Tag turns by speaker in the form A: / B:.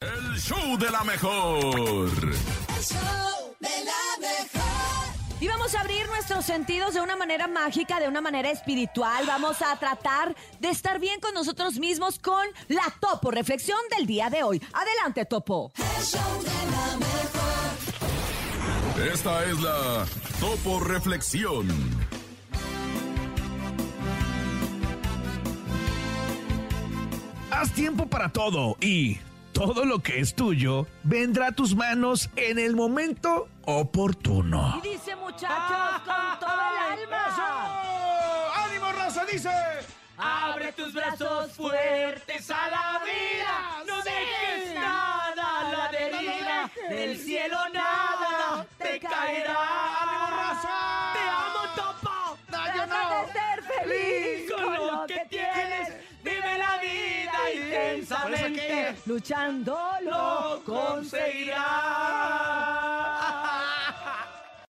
A: El show de la mejor.
B: Y vamos a abrir nuestros sentidos de una manera mágica, de una manera espiritual. Vamos a tratar de estar bien con nosotros mismos con la Topo, reflexión del día de hoy. Adelante, Topo.
A: Esta es la Topo Reflexión.
C: Haz tiempo para todo y todo lo que es tuyo vendrá a tus manos en el momento oportuno.
B: Y dice,
D: Ah,
B: muchachos, con todo el alma.
C: ¡Ánimo, raza! Dice.
D: Abre tus brazos fuertes a la vida. No dejes nada a la deriva. Del cielo nada te caerá. Te amo, Topo.
B: Trata de ser feliz
D: Con lo que tienes, vive la vida intensamente.
B: Luchando
D: Lo
B: lo conseguirás.
D: Ah,